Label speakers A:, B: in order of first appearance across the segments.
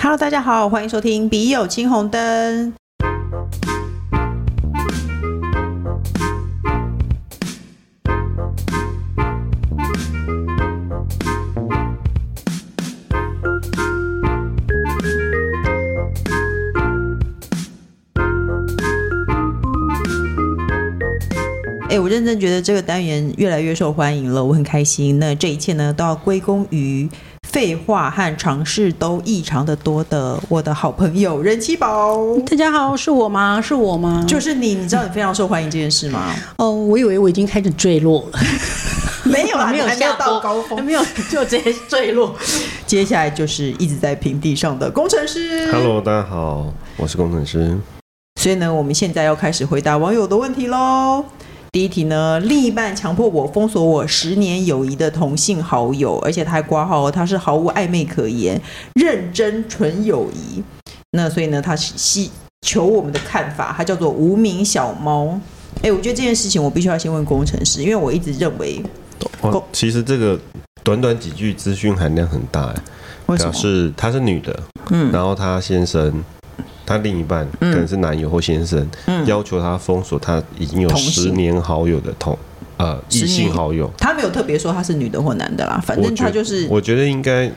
A: Hello，大家好，欢迎收听《笔友青红灯》。哎，我认真觉得这个单元越来越受欢迎了，我很开心。那这一切呢，都要归功于废话和尝试都异常的多的我的好朋友人气宝，
B: 大家好，是我吗？是我吗？
A: 就是你。你知道你非常受欢迎这件事吗？
B: 哦，我以为我已经开始坠落了，
A: 没有啦，
B: 没有
A: 你还没有
B: 下
A: 到
B: 坡
A: 高 峰，
B: 哦没有就直接坠落。
A: 接下来就是一直在平地上的工程师。
C: Hello，大家好，我是工程师。
A: 所以呢，我们现在要开始回答网友的问题喽。第一题呢，另一半强迫我封锁我十年友谊的同性好友，而且他还挂号哦，他是毫无暧昧可言，认真纯友谊。那所以呢，他是希求我们的看法，他叫做无名小猫。哎，我觉得这件事情我必须要先问工程师，因为我一直认为
C: 哇
A: 工，
C: 哦其实这个短短几句资讯含量很大，哎
A: 为什
C: 表
A: 么？
C: 示她是女的，
A: 嗯
C: 然后她先生，她另一半可
A: 嗯
C: 能是男友或先生，
A: 嗯，
C: 要求她封锁她已经有
A: 同性
C: 十年好友的同呃
A: 十年
C: 异性好友。
A: 他没有特别说他是女的或男的啦，反
C: 我
A: 正
C: 觉
A: 他就是
C: 我觉得应该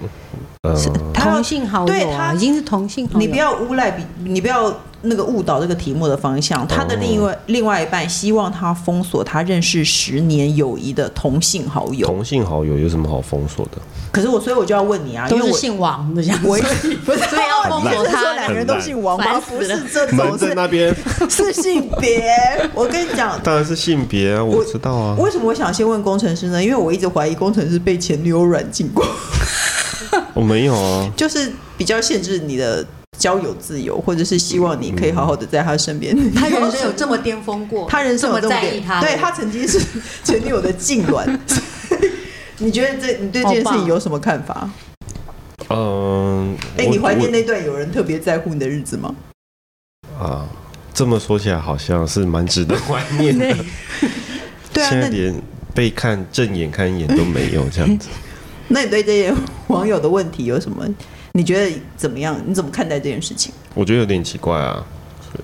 C: 呃，
A: 他要
B: 同性好
A: 对
B: 友
A: 他
B: 啊，已经是同性好友。
A: 你不要诬赖比，你不要那个误导这个题目的方向。他的另
C: 哦
A: 外、另外一半希望他封锁他认识十年友谊的同性好友。
C: 同性好友有什么好封锁 的？
A: 可是我，所以我就要问你啊，因
B: 都
A: 为
B: 是
A: 我
B: 姓王的这样子。
A: 我不是
B: 所以 要封锁
A: 你是
B: 他
A: 说两个人都姓王吗？
B: 烦
A: 不
B: 死了
A: 是这
C: 门
A: 种，
C: 在
A: 是
C: 那边
A: 是性别。我跟你讲。
C: 当然是性别啊，我知道啊。
A: 为什么我想先问工程师呢？因为我一直怀疑工程师被前女友软禁过，
C: 我没有啊，
A: 就是比较限制你的交友自由，或者是希望你可以好好的在他身边。
B: 他人 生有这么巅峰过，
A: 他人生
B: 这
A: 有
B: 么
A: 这么
B: 在
A: 点
B: 意他，
A: 对他曾经是 前女友的痉挛。 你觉得这你对这件事情有什么看法？
C: 嗯，
A: 哎、
C: 我
A: 你怀
C: 我
A: 念那段有人特别在乎你的日子吗？
C: 啊，这么说起来好像是蛮值得怀 念的。
A: 对啊，
C: 现
A: 那
C: 在连被看正眼看一眼都没有这 样子。
A: 那你对这些网友的问题有什么？你觉得怎么样？你怎么看待这件事情？
C: 我觉得有点奇怪啊。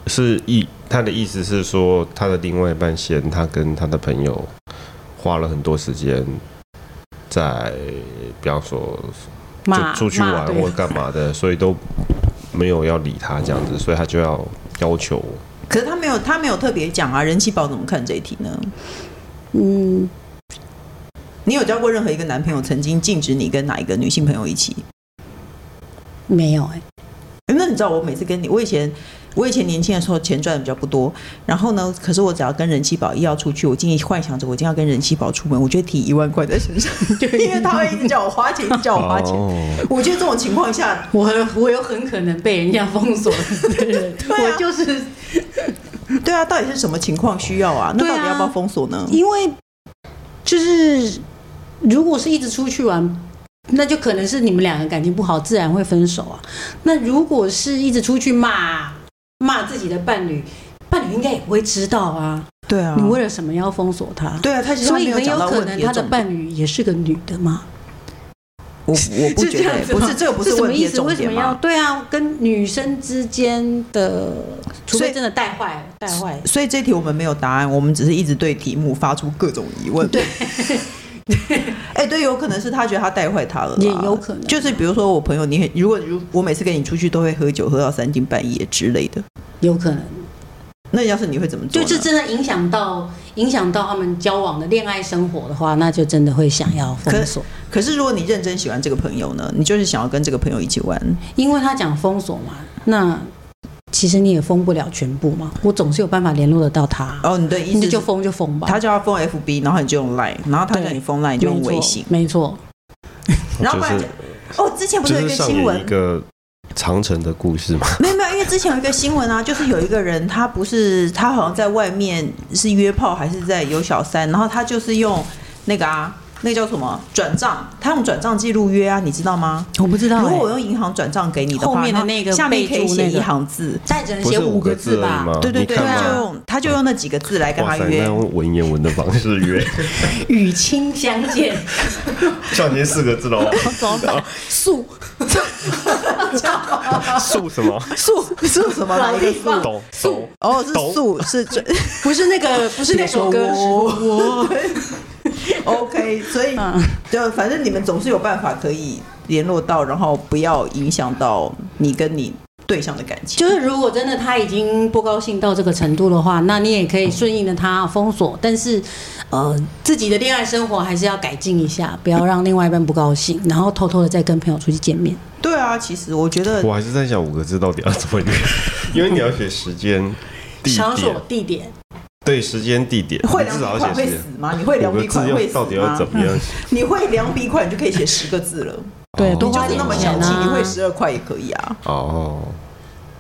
C: 是意他的意思是说，他的另外一半嫌他跟他的朋友花了很多时间在，比方说
B: 骂
C: 就出去玩
B: 骂对
C: 或干嘛的，所以都没有要理他这样子，所以他就要要求
A: 可是他没有，他没有特别讲啊。人气宝怎么看这一题呢？
B: 嗯，
A: 你有交过任何一个男朋友曾经禁止你跟哪一个女性朋友一起？
B: 没有哎，
A: 欸那你知道我每次跟你，我以前我以前年轻的时候钱赚的比较不多，然后呢，可是我只要跟人气宝一要出去，我今天幻想着我今天要跟人气宝出门，我就会提一万块在身 上，因为他会一直叫我花钱，一直叫我花钱。
C: 哦
A: 我觉得这种情况下，
B: 我我有很可能被人家封 锁的人，
A: 啊
B: 我就是
A: 对啊，到底是什么情况需要啊？那
B: 对
A: 到
B: 啊
A: 底要不要封锁呢？
B: 因为就是如果是一直出去玩，那就可能是你们两个感情不好，自然会分手啊。那如果是一直出去骂骂自己的伴侣，伴侣应该也不会知道啊。
A: 对啊，
B: 你为了什么要封锁他？
A: 对啊，他其实他
B: 所
A: 没
B: 以
A: 有
B: 很有
A: 讲到
B: 可
A: 问
B: 能
A: 题
B: 他的
A: 重点，
B: 伴侣也是个女的嘛？
A: 我我不觉
B: 这样
A: 得，欸
B: 子吗
A: 不是这个不
B: 是
A: 是
B: 什么
A: 问
B: 意
A: 题的
B: 思？为
A: 重
B: 什
A: 点
B: 么要
A: 嘛。
B: 对啊？跟女生之间的，除
A: 所以
B: 非真的带坏了，带坏了。
A: 所以这题我们没有答案，我们只是一直对题目发出各种疑问。
B: 对，
A: 哎、 对，有可能是他觉得他带坏他了啦，
B: 也有可能
A: 就是比如说我朋友，你如果如我每次跟你出去都会喝酒，喝到三更半夜之类的，
B: 有可能。
A: 那要是你会怎么做
B: 就
A: 呢？
B: 是真的影响到影响到他们交往的恋爱生活的话，那就真的会想要封锁，
A: 可是如果你认真喜欢这个朋友呢，你就是想要跟这个朋友一起玩，
B: 因为他讲封锁嘛，那其实你也封不了全部嘛，我总是有办法联络得到他，
A: 哦，你的意
B: 你
A: 思
B: 就是封就封吧，
A: 他叫他封 FB，然后你就用 Line，然后他叫
B: 对
A: 你封 Line 你就
B: 没
A: 用
B: 错
A: 微信，
B: 没错，
A: 然后不然就
C: 就
A: 是哦，之前不是
C: 就
A: 有一
C: 是
A: 个
C: 上
A: 新
C: 演
A: 闻
C: 一，个长城的故事嘛。
A: 没有没有，因为之前有一个新闻啊，就是有一个人，他不是他好像在外面是约炮还是在有小三，然后他就是用那个啊，那个叫什么转账，他用转账记录约啊，你知道吗？
B: 我不知道、
A: 如果我
B: 欸，
A: 用银行转账给你的话，
B: 后面的那个
A: 然后下面可以
B: 备注
A: 写
B: 那个
A: 一行字，
B: 但只能
C: 不
B: 写
C: 是
B: 五
C: 个
B: 字
C: 字而
B: 吧
C: 已？吗？
A: 对对
C: 哦你
A: 对，
C: 看
A: 他就
C: 嘛，
A: 用他就用那几个字来跟他
C: 哇塞，
A: 约
C: 那。用文言文的方式 约，
B: 与卿相见，
C: 像你四个字喽。
B: 走走，速，
C: 素 什么？
A: 素素什么来一个素？
C: 懂懂
A: 哦，是
C: 懂
A: 素 是最
B: 不是那个，不是那首歌，
A: 我 OK，所以
B: 嗯
A: 就反正你们总是有办法可以联络到，然后不要影响到你跟你对象的感情。
B: 就是如果真的他已经不高兴到这个程度的话，那你也可以顺应的他封锁，但是呃，自己的恋爱生活还是要改进一下，不要让另外一半不高兴，然后偷偷的再跟朋友出去见面。
A: 对啊，其实我觉得
C: 我还是在想五个字到底要怎么念， 因为你要写时间、地
B: 场所
C: 点，、
B: 地点，
C: 对时间、地点，
A: 会
C: 你
A: 量
C: 至少
A: 笔
C: 要
A: 款
C: 写
A: 会
C: 时
A: 死
C: 间。
A: 吗？你会
C: 五
A: 量
C: 个
A: 笔款
C: 字
A: 会
C: 要
A: 死
C: 到底要怎
A: 吗？
C: 么样？
A: 你会量笔款就可以写十个字了，
B: 对，
C: 哦
B: 多
A: 你就
B: 花
A: 是
B: 点
A: 那么
B: 钱
A: 小气，
B: 啊。
A: 你会十二块也可以啊。
C: 哦，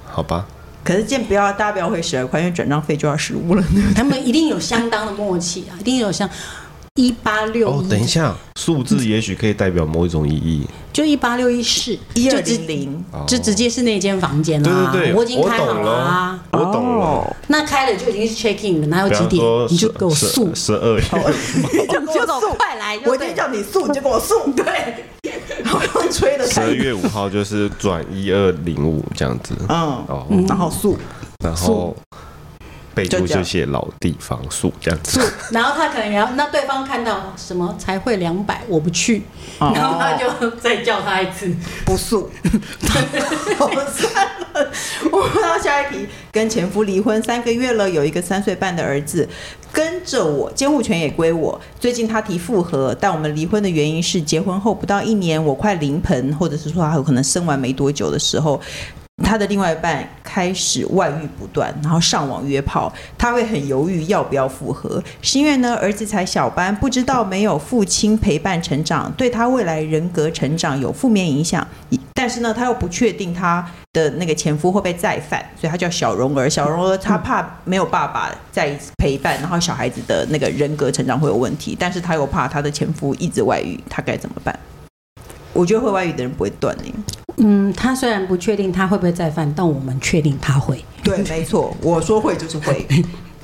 C: 好吧，
A: 可是见不要大家不要会十二块，因为转账费就要十五 了。
B: 他们一定有相当的默契啊，一定有像一八六
C: 哦，等一
B: 一，
C: 下，数
B: 嗯
C: 字也许可以代表某一种意义。
B: 就一八六一室，
A: 一
B: 就
A: 二
B: 直
A: 零零，
C: 哦
B: 就直接是那间房间啦。
C: 对对对
B: 啊我已经
C: 我
B: 开好
C: 懂
B: 了
C: 了
B: 啊。
C: 我懂了，
A: 哦，
B: 那开了就已经是 check in 了，哪有
C: 比
B: 几
C: 方
B: 点
C: 说
B: 你就给我
C: 十
B: 速，
C: 十二月，
A: 就
B: 哦就走
A: 速，
B: 快来，
A: 我今天叫你速，你就给我速， 对，好像吹的
C: 十
A: 太
C: 二月五号就是转一二零五这样子。
A: 嗯，
C: 哦，
A: 然后素
C: 然后备
A: 就
C: 注
A: 这样
C: 就写老地方数这样子
B: 速。，然后他可能也要，那对方看到什么才会两百，我不去，
A: 哦
B: 嗯然后他就再叫他一次，
A: 不素，好算了。我们到下一题，跟前夫离婚三个月了，有一个三岁半的儿子。跟着我，监护权也归我。最近他提复合，但我们离婚的原因是结婚后不到一年，我快临盆，或者是说他有可能生完没多久的时候，他的另外一半开始外遇不断，然后上网约炮，他会很犹豫要不要复合，是因为呢儿子才小班，不知道没有父亲陪伴成长，对他未来人格成长有负面影响。但是呢，他又不确定他的那个前夫会不会再犯，所以他叫小蓉儿。小蓉儿他怕没有爸爸在陪伴，然后小孩子的那个人格成长会有问题，但是他又怕他的前夫一直外遇，他该怎么办？我觉得会外遇的人不会断呢、
B: 嗯，他虽然不确定他会不会再犯，但我们确定他会。
A: 对，没错，我说会就是会。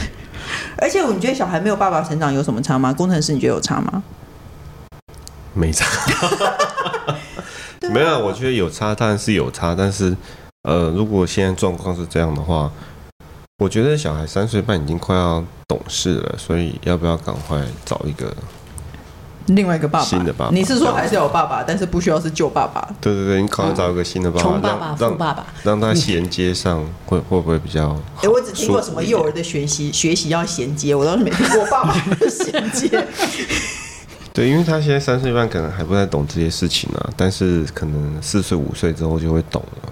A: 而且你觉得小孩没有爸爸成长有什么差吗？工程师你觉得有差吗？
C: 没差，没有啊，我觉得有差，当然是有差，但是呃，如果现在状况是这样的话，我觉得小孩三岁半已经快要懂事了，所以要不要赶快找一个？
A: 另外一个爸爸，
C: 新的爸啊哦爸
A: 你是说还是有爸爸，但是不需要是旧爸爸？
C: 对对对，你赶快找一个新的爸
B: 穷
C: 爸，
B: 爸爸、富
C: 让让
B: 爸爸，
C: 让他衔接上，会会不会比较
A: 哎、我只听过什么幼儿的学习学习要衔接，我倒是没听过爸爸的衔 接。
C: 对，因为他现在三岁半可能还不太懂这些事情啊，但是可能四岁五岁之后就会懂了，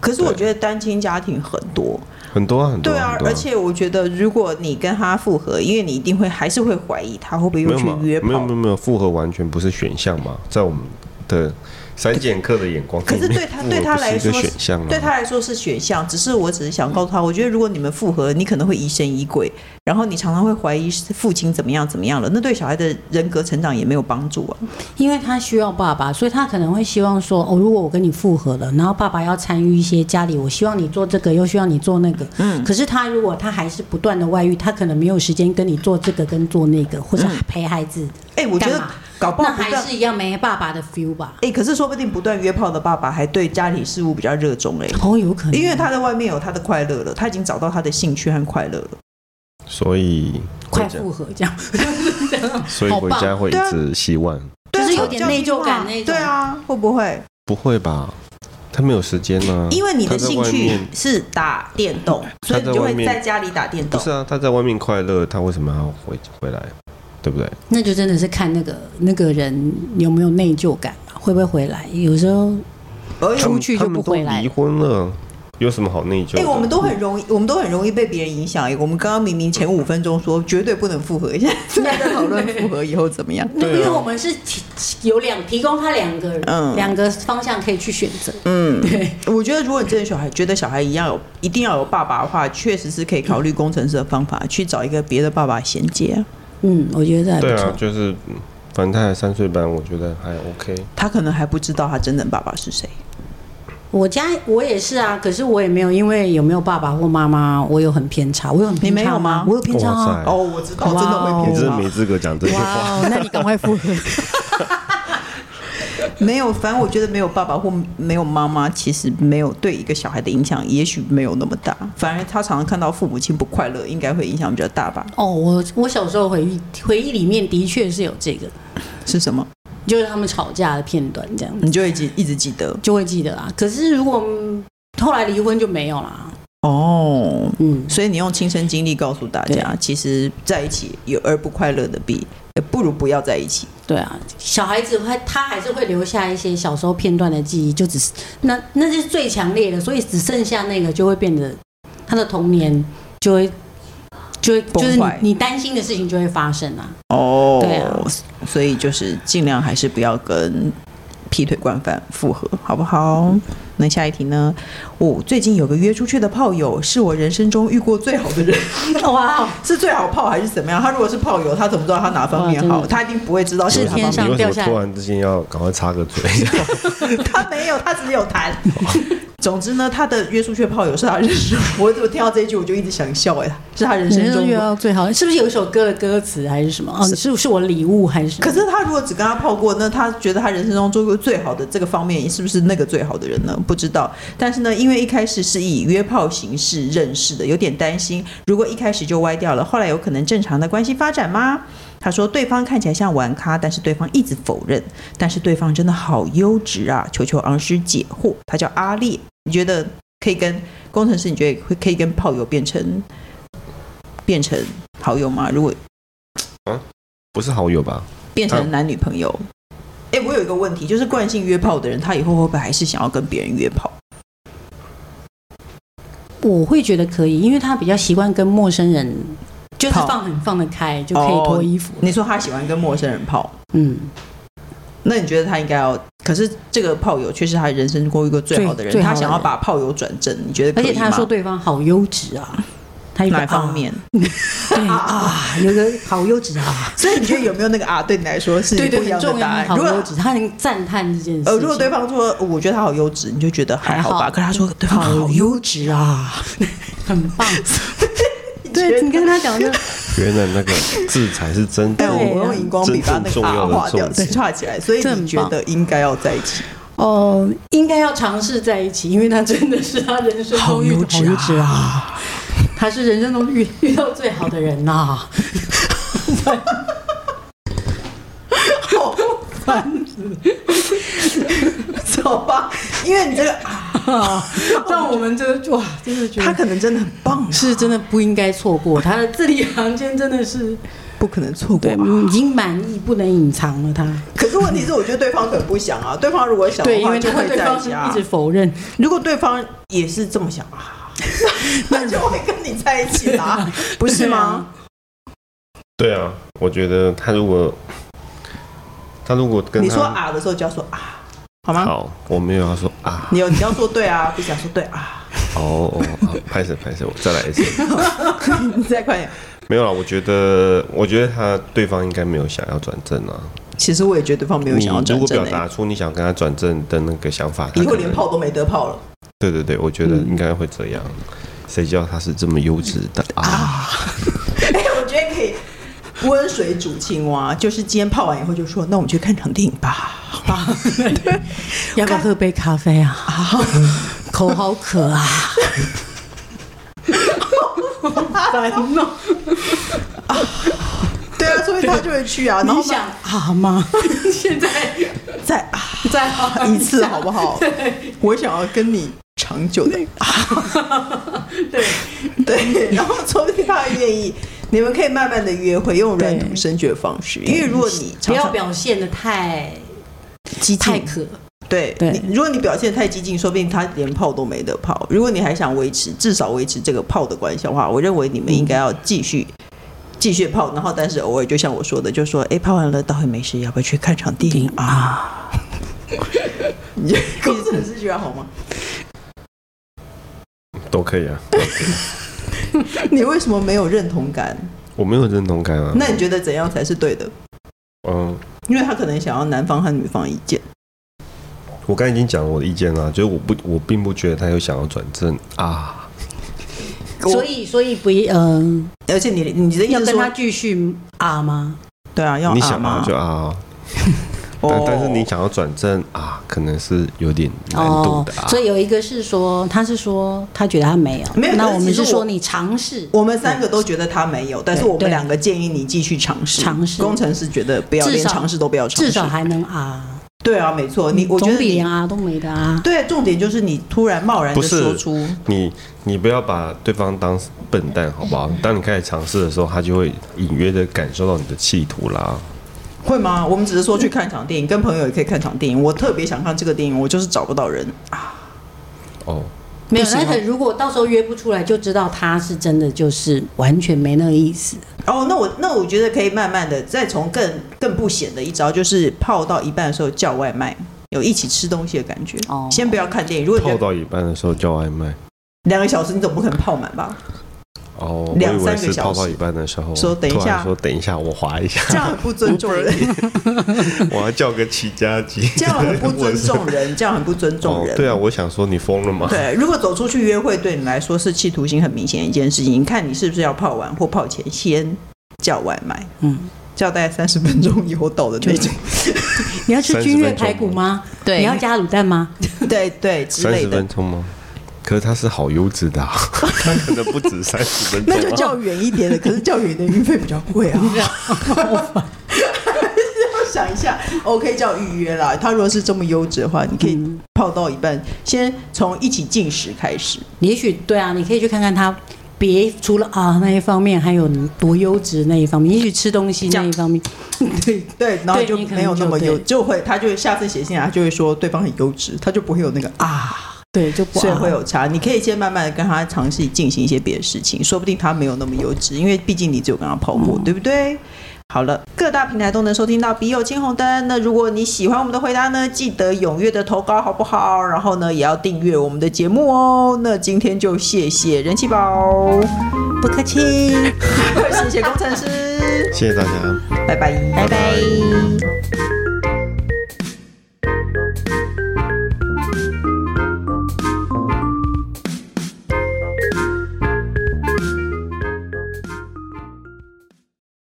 A: 可是我觉得单亲家庭很多，
C: 很多啊很多
A: 对啊
C: 很，多
A: 而且我觉得如果你跟他复合，因为你一定会还是会怀疑他会不会又
C: 没有
A: 去
C: 嘛
A: 约
C: 没有
A: 炮
C: 没有。没有，复合完全不是选项嘛，在我们的删减课的眼光
A: 可
C: 里面，
A: 是对他对他
C: 复合不
A: 来
C: 是一
A: 说
C: 个选项啊，
A: 对他来说是选项，只是我只是想告诉他，我觉得如果你们复合，你可能会疑神疑鬼，然后你常常会怀疑是父亲怎么样怎么样了，那对小孩的人格成长也没有帮助啊。
B: 因为他需要爸爸，所以他可能会希望说，哦，如果我跟你复合了，然后爸爸要参与一些家里，我希望你做这个，又希望你做那个。嗯。可是他如果他还是不断的外遇，他可能没有时间跟你做这个跟做那个，或者陪孩子，
A: 哎、我觉得
B: 干嘛
A: 搞不
B: 那
A: 好不
B: 还
A: 断
B: 是一样没爸爸的 feel 吧？
A: 哎、可是说不定不断约炮的爸爸还对家里事务比较热衷哎、
B: 哦，有可能，
A: 因为他在外面有他的快乐了，他已经找到他的兴趣和快乐了。
C: 所以
B: 快
C: 回家
B: 复合这样，
C: 所以
B: 好
C: 回
B: 棒
C: 家会一
A: 对啊
C: 直希望，
A: 对啊
B: 就是有点内疚感那种
A: 对啊，会不会？
C: 不会吧？他没有时间呢、
A: 因为你的
C: 他在
A: 兴
C: 外
A: 趣
C: 面
A: 是打电动，所以你就
C: 他在外
A: 会
C: 面
A: 在家里打电
C: 不
A: 动
C: 是。啊，他在外面快乐，他为什么要回回来？对不对？
B: 那就真的是看那个那个人有没有内疚感吧，会不会回来？有时候
A: 而且
C: 他们
B: 出去就
C: 他们
B: 不回来
C: 都离婚了，有什么好内疚
A: 哎、
C: 的？
A: 我们都很容易，我们都很容易被别人影响。哎我们刚刚明明前五分钟说绝对不能复合， 现在现在在讨论复合以后怎么样。
B: 那
C: 对啊
B: 因为我们是提有两提供他两个
A: 嗯
B: 两个方向可以去选择，
A: 嗯，
B: 对，
A: 我觉得如果你真的小孩觉得小孩一样有一定要有爸爸的话，确实是可以考虑工程师的方法，去找一个别的爸爸衔接啊。
B: 嗯，我觉得这还不
C: 对
B: 错
C: 啊，。就是嗯反正他还三岁半，我觉得还 OK。
A: 他可能还不知道他真正爸爸是谁。
B: 我家我也是啊，可是我也没有因为有没有爸爸或妈妈，我有很偏差，我有很偏差
A: 你没有吗
B: 我有偏差啊。
C: 哇
A: 哦，我知道，
B: 哇哦
A: 真的会
C: 塞，你
A: 偏
C: 真
A: 差
B: 哦
C: 的没资格讲这句
B: 哇
C: 话。
B: 哦，那你赶快复合。
A: 没有，反正我觉得没有爸爸或没有妈妈，其实没有对一个小孩的影响，也许没有那么大。反而他常常看到父母亲不快乐，应该会影响比较大吧？
B: 哦，我我小时候回忆回忆里面的确是有这个，
A: 是什么？
B: 就是他们吵架的片段这样子
A: 你就会记一直记得
B: 就会记得啦。可是如果嗯后来离婚就没有啦，
A: 哦。
B: 嗯，
A: 所以你用亲身经历告诉大家，其实在一起有而不快乐的比，呃不如不要在一起。
B: 对啊，小孩子会他还是会留下一些小时候片段的记忆，就只是那那是最强烈的，所以只剩下那个就会变得他的童年就会就会就
A: 崩
B: 是你
A: 坏
B: 你担心的事情就会发生啊。
A: 哦
B: 对啊，
A: 所以就是尽量还是不要跟劈腿惯犯复合，好不好？那下一题呢？我、最近有个约出去的炮友，是我人生中遇过最好的人，
B: 哇，
A: 是最好炮还是怎么样？他如果是炮友，他怎么知道他哪方面
B: 哇
A: 好？
B: 真的
A: 他一定不会知道
B: 是
A: 哪方
B: 天上
A: 面
C: 你为
B: 掉
C: 什么
B: 下来
C: 突然之间要赶快插个嘴？
A: 他没有，他只有谈。总之呢，他的约出去的炮友是他人生， 我我听到这一句我就一直想笑哎、是他人生
B: 人生
A: 中
B: 遇。到最好的，是不是有一首歌的歌词还是什么？哦，是不是我礼物还是什么？
A: 可是他如果只跟他泡过，那他觉得他人生中做过最好的这个方面，是不是那个最好的人呢？不知道。但是呢，因为一开始是以约炮形式认识的，有点担心，如果一开始就歪掉了，后来有可能正常的关系发展吗？他说对方看起来像玩咖，但是对方一直否认，但是对方真的好优质啊！求求昂师解惑，他叫阿烈，你觉得可以跟工程师？你觉得会可以跟炮友变成变成好友吗？如果
C: 不是好友吧？
A: 变成男女朋友。哎、我有一个问题，就是惯性约炮的人，他以后会不会还是想要跟别人约炮？
B: 我会觉得可以，因为他比较习惯跟陌生人，就是
A: 泡哦
B: 放很放得开，就可以脱衣服。
A: 你说他喜欢跟陌生人泡，
B: 嗯，
A: 那你觉得他应该要？可是这个炮友却是他人生过一个最好的人，
B: 最最好
A: 他
B: 的人
A: 想要把炮友转正，你觉得可
B: 而
A: 以吗？
B: 且他说对方好优质啊，他有个
A: 哪方？ 面？
B: 啊对啊，有个好优质啊，
A: 所以你觉得有没有那个啊？对你来说是
B: 对
A: 不
B: 对，
A: 一
B: 很
A: 样的
B: 重
A: 答
B: 要，
A: 案。
B: 好
A: 如
B: 优
A: 果
B: 质，他很赞叹这件事情。
A: 呃，如果对方说呃我觉得他好优质，你就觉得还好吧。
B: 还好
A: 可是他说对方
B: 好
A: 好优，
B: 优质 啊，很棒。 对你跟他讲的，
C: 原来那个制裁是真
A: 哎、
C: 的。
A: 我用荧光笔把那
C: 真正重
A: 个啊
C: 要的
A: 划掉，
C: 重点
A: 画起来，所以
B: 这
A: 你
B: 很
A: 觉
B: 棒
A: 得应该要在一 起？
B: 哦，应该要尝试在一起，因为他真的是他人生中遇
A: 好
B: 到
A: 优质
B: 啊，他是人生中遇遇到最好的人呐、
A: 好烦死了，走吧，因为你这个
B: 让我们真的哇，真的觉
A: 他
B: 得
A: 可能真的很棒啊，
B: 是真的不应该错过他的字里行间，真的是
A: 不可能错过吧？啊
B: 嗯已经满意不能隐藏了他。
A: 可是问题是，我觉得对方可能不想啊，对方如果想
B: 对，
A: 的
B: 因
A: 话，
B: 为
A: 就
B: 他
A: 会
B: 对
A: 在
B: 方
A: 一
B: 是
A: 起
B: 一
A: 啊
B: 直。否认，
A: 如果对方也是这么想 啊， 那就会跟你在一起啦，不是吗？
C: 对啊，我觉得他如果他如果跟
A: 你
C: 他
A: 说啊的时候就要说啊，好吗？
C: 好，我没有要说啊，
A: 你有你要说对啊，不想说对啊，
C: 哦哦，啊拍手拍手，我再来一次。
A: 你再快点。
C: 没有啦，我觉得我觉得他对方应该没有想要转正啊。
A: 其实我也觉得对方没有
C: 你
A: 想要
C: 如
A: 转
C: 果
A: 正欸、
C: 表达出你想跟他转正的那个想法，他
A: 以后
C: 可
A: 连
C: 能
A: 泡都没得泡了。
C: 对对对，我觉得应该会这样。谁叫他是这么优质的啊？
A: 哎、我觉得可以温水煮青蛙，就是今天泡完以后就说，那我们去看场电影吧。
B: 要不要喝杯咖啡 啊？口好渴啊！烦哦，
A: 对啊，所以他就会去啊。然后
B: 你想啊吗？现在
A: 再啊再啊 一次好不好？我想要跟你长久的啊， 对对，然后说不定他会愿意。你们可以慢慢的约会，用软土生觉方式。因为如果你
B: 不
A: 常
B: 要
A: 常
B: 表现的太
A: 激
B: 太
A: 进，
B: 渴，
A: 对，
B: 对
A: 你如果你表现得太激进，说不定他连泡都没得泡。如果你还想维持，至少维持这个泡的关系的话，我认为你们应该要继续。继续泡，然后但是偶尔就像我说的，就说哎泡完了倒也没事，要不要去看场电影啊？ 你工程师觉得好吗？嗯
C: 都可以啊，
A: 你为什么没有认同感？
C: 我没有认同感啊。
A: 那你觉得怎样才是对的？
C: 嗯，
A: 因为他可能想要男方和女方意见。
C: 我刚才已经讲了我的意见了，就是我不我并不觉得他有想要转正啊。
B: 所以所以不嗯、
A: 我，而且你你的意
B: 要
A: 思是
B: 跟他
A: 说，
B: 继续啊吗？
A: 对啊，要
C: 你
A: 啊
C: 想
A: 吗
C: 啊就？啊，
A: 哦
C: 但但是你想要转正啊，可能是有点难度的啊。
B: 哦
A: 哦
B: 所以有一个是说，他是说他觉得他没有，
A: 没有
B: 那
A: 可是
B: 我们
A: 其实
B: 是说
A: 我
B: 你尝试，
A: 我们三个都觉得他没有，但是我们
B: 对
A: 两个建议你继续尝试。
B: 尝试
A: 工程师觉得不要
B: 至
A: 连
B: 少
A: 尝试都不要尝试，
B: 至少还能啊，
A: 对啊，没错。你我觉
B: 总
A: 得
B: 比
A: 你
B: 连啊都没的啊。
A: 对，重点就是你突然贸然的
C: 不是
A: 说出，
C: 你你不要把对方当笨蛋，好 不好？当你开始尝试的时候，他就会隐约的感受到你的企图啦。
A: 会吗？我们只是说去看场电影，跟朋友也可以看场电影。我特别想看这个电影，我就是找不到人。
C: 哦，
B: 没有，
A: 不行
B: 那
A: 啊
B: 可如果到时候约不出来，就知道他是真的就是完全没那个意思。
A: 哦，那我那我觉得可以慢慢的再从更更不显的一招，就是泡到一半的时候叫外卖，有一起吃东西的感觉。
B: 哦
A: 先不要看电影，如果你觉
C: 泡
A: 得
C: 到一半的时候叫外卖，
A: 两个小时，你总不可能泡满吧？
C: 哦，我
A: 两
C: 以为
A: 三个
C: 是
A: 小
C: 泡到
A: 时
C: 一半的时候，
A: 说等一
C: 突然
A: 下
C: 说等一下，我滑一下，
A: 这样很不尊重人，
C: 我要叫个起家 鸡，
A: 这样很不尊重人，这样很不尊重人。
C: 哦。对啊，我想说你疯了吗？
A: 对，如果走出去约会，对你来说是企图心很明显的一件事情，看你是不是要泡完或泡前先叫外卖，
B: 嗯，
A: 叫大概三十分钟以后到的那 种，
B: 你要吃
C: 30
B: 君悦
C: 分钟
B: 排骨吗？
A: 对
B: 你要加卤蛋吗？
A: 对对之
C: 三
A: 类
C: 十
A: 的
C: 分，钟吗？可是他是好优质的、啊， 他可能不止三十分钟、
A: 那
C: 啊。
A: 就叫远一点的，可是叫远一点运费比较贵 啊。要想一下，OK 叫预约啦。他如果是这么优质的话，你可以泡到一半，先从一起进食开始。
B: 也许对啊，你可以去看看他。别除了啊那一方面，还有多优质那一方面，也许吃东西
A: 这
B: 那
A: 样
B: 一方面，对，
A: 对，然后
B: 对
A: 就
B: 你可
A: 没有
B: 能
A: 那
B: 就
A: 么
B: 对
A: 优，就会他就会下次写信来，啊他就会说对方很优质，他就不会有那个啊，
B: 对就不
A: 所以
B: 好
A: 会。有差。你可以先慢慢的跟他尝试进行一些别的事情，说不定他没有那么优质，因为毕竟你只有跟他跑过，
B: 嗯
A: 对不对？好了，各大平台都能收听到《笔友青红灯》。那如果你喜欢我们的回答呢，记得踊跃的投稿，好不好？然后呢，也要订阅我们的节目哦。那今天就谢谢人气宝，
B: 不客 气，
A: 谢谢工程师，
C: 谢谢大家。
A: 拜拜，
B: 拜拜。